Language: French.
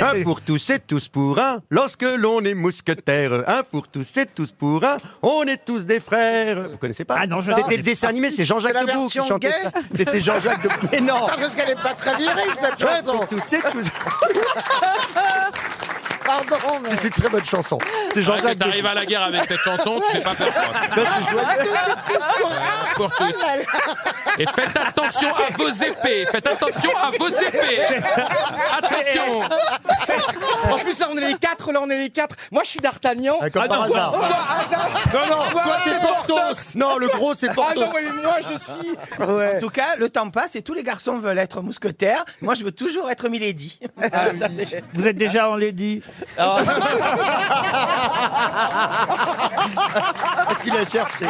Un pour tous et tous pour un, lorsque l'on est mousquetaire. Un pour tous et tous pour un, on est tous des frères. Vous connaissez pas Ah non, je C'était connais le dessin animé, c'est Jean-Jacques C'est la Debout qui version chantait gay ça. C'était Jean-Jacques Debout. Mais non Attends, Ah, parce qu'elle est pas très virile, cette Un chanson. pour tous et tous. Pardon, mais... C'est une très bonne chanson. Ah, C'est Quand Jean-Jacques Debout. t'arrives à la guerre avec cette chanson, tu fais pas peur. quoi. Non, tu Ah, jouais- Pour tous. Et faites attention à vos épées. Faites attention à vos épées. Attention. En plus, là, on est les quatre, là, on est les quatre. Moi, je suis d'Artagnan. Ah, Comme par hasard. Non, non, toi t'es Portos. Non, le gros c'est Ah Portos. non, mais moi, je suis. Ouais. En tout cas, le temps passe et tous les garçons veulent être mousquetaires. Moi, je veux toujours être Milady. Ah Vous êtes déjà en lady Qui l'a cherché